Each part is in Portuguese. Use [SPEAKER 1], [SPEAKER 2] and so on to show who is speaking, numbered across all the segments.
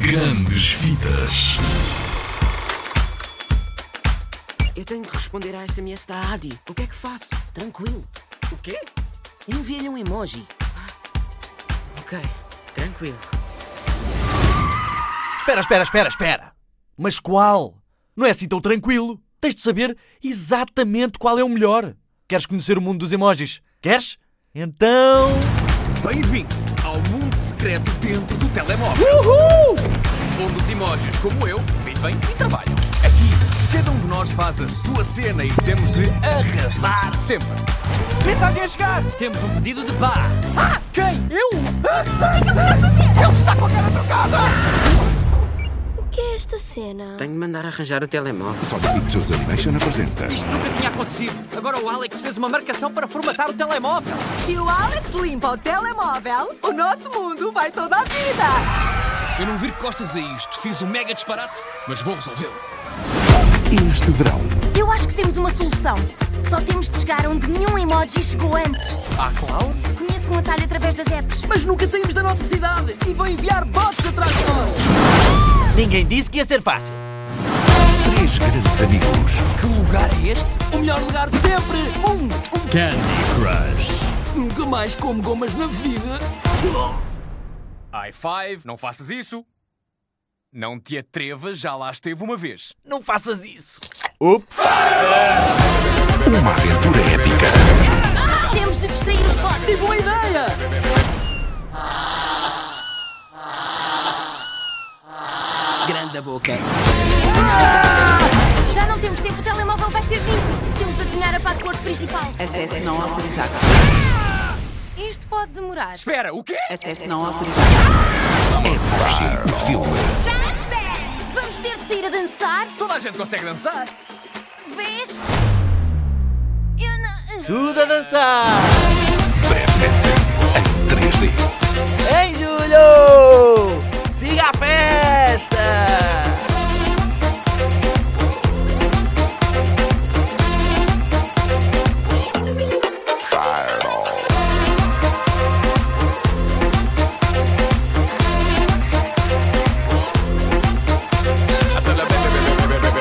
[SPEAKER 1] Grandes fitas.
[SPEAKER 2] Eu tenho que responder à SMS da Adi. O que é que faço?
[SPEAKER 3] Tranquilo.
[SPEAKER 2] O quê? Ah,
[SPEAKER 3] Envia-lhe um emoji.
[SPEAKER 2] Ok, tranquilo.
[SPEAKER 4] Espera, espera, espera, espera. Mas qual? Não é assim tão tranquilo. Tens de saber exatamente qual é o melhor. Queres conhecer o mundo dos emojis? Queres? Então.
[SPEAKER 5] Bem-vindo ao mundo secreto dentro do telemóvel,
[SPEAKER 4] Uhul!
[SPEAKER 5] onde os emojis como eu vivem e trabalham. Aqui, cada um de nós faz a sua cena e temos de arrasar sempre.
[SPEAKER 4] Mensagem a chegar! Temos um pedido de bar. Ah! Quem? Eu?
[SPEAKER 6] O que é esta cena?
[SPEAKER 2] Tenho de mandar arranjar o telemóvel.
[SPEAKER 1] Só que José Nation apresenta.
[SPEAKER 4] Isto nunca tinha acontecido. Agora o Alex fez uma marcação para formatar o telemóvel.
[SPEAKER 7] Se o Alex limpa o telemóvel, o nosso mundo vai toda a vida.
[SPEAKER 5] Eu não viro costas a isto, fiz um mega disparate, mas vou resolvê-lo.
[SPEAKER 1] Este verão,
[SPEAKER 6] Eu acho que temos uma solução. Só temos de chegar onde nenhum emoji chegou antes.
[SPEAKER 5] Ah, claro?
[SPEAKER 6] Conheço um atalho através das apps.
[SPEAKER 7] Mas nunca saímos da nossa cidade e vão enviar bots atrás de nós.
[SPEAKER 4] Ninguém disse que ia ser fácil.
[SPEAKER 1] três grandes amigos.
[SPEAKER 5] Que lugar é este?
[SPEAKER 7] O melhor lugar de sempre. Um, um. Candy Crush. Nunca mais como gomas na vida.
[SPEAKER 5] High five, não faças isso. Não te atrevas, já lá esteve uma vez.
[SPEAKER 4] Não faças isso.
[SPEAKER 1] Uma aventura épica.
[SPEAKER 6] Temos de distrair os bots.
[SPEAKER 7] Tive uma ideia. Grande boca.
[SPEAKER 6] Já não temos tempo, o telemóvel vai ser limpo. Temos de adivinhar a password principal. Ah!
[SPEAKER 7] Acesso não autorizado.
[SPEAKER 6] Isto pode demorar.
[SPEAKER 5] Espera, o quê?
[SPEAKER 7] Acesso não autorizado.
[SPEAKER 1] O filme
[SPEAKER 6] Vamos ter de sair a dançar?
[SPEAKER 5] Toda a gente consegue dançar.
[SPEAKER 6] Vês? Eu não...
[SPEAKER 4] Tudo a dançar.
[SPEAKER 1] brevemente em 3D.
[SPEAKER 4] Ei, Júlio! Siga a festa!
[SPEAKER 5] I'm on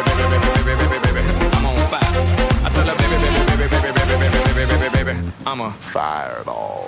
[SPEAKER 5] fire. I tell her, baby, baby, baby, baby, baby, baby, baby, baby, baby, baby, I'm on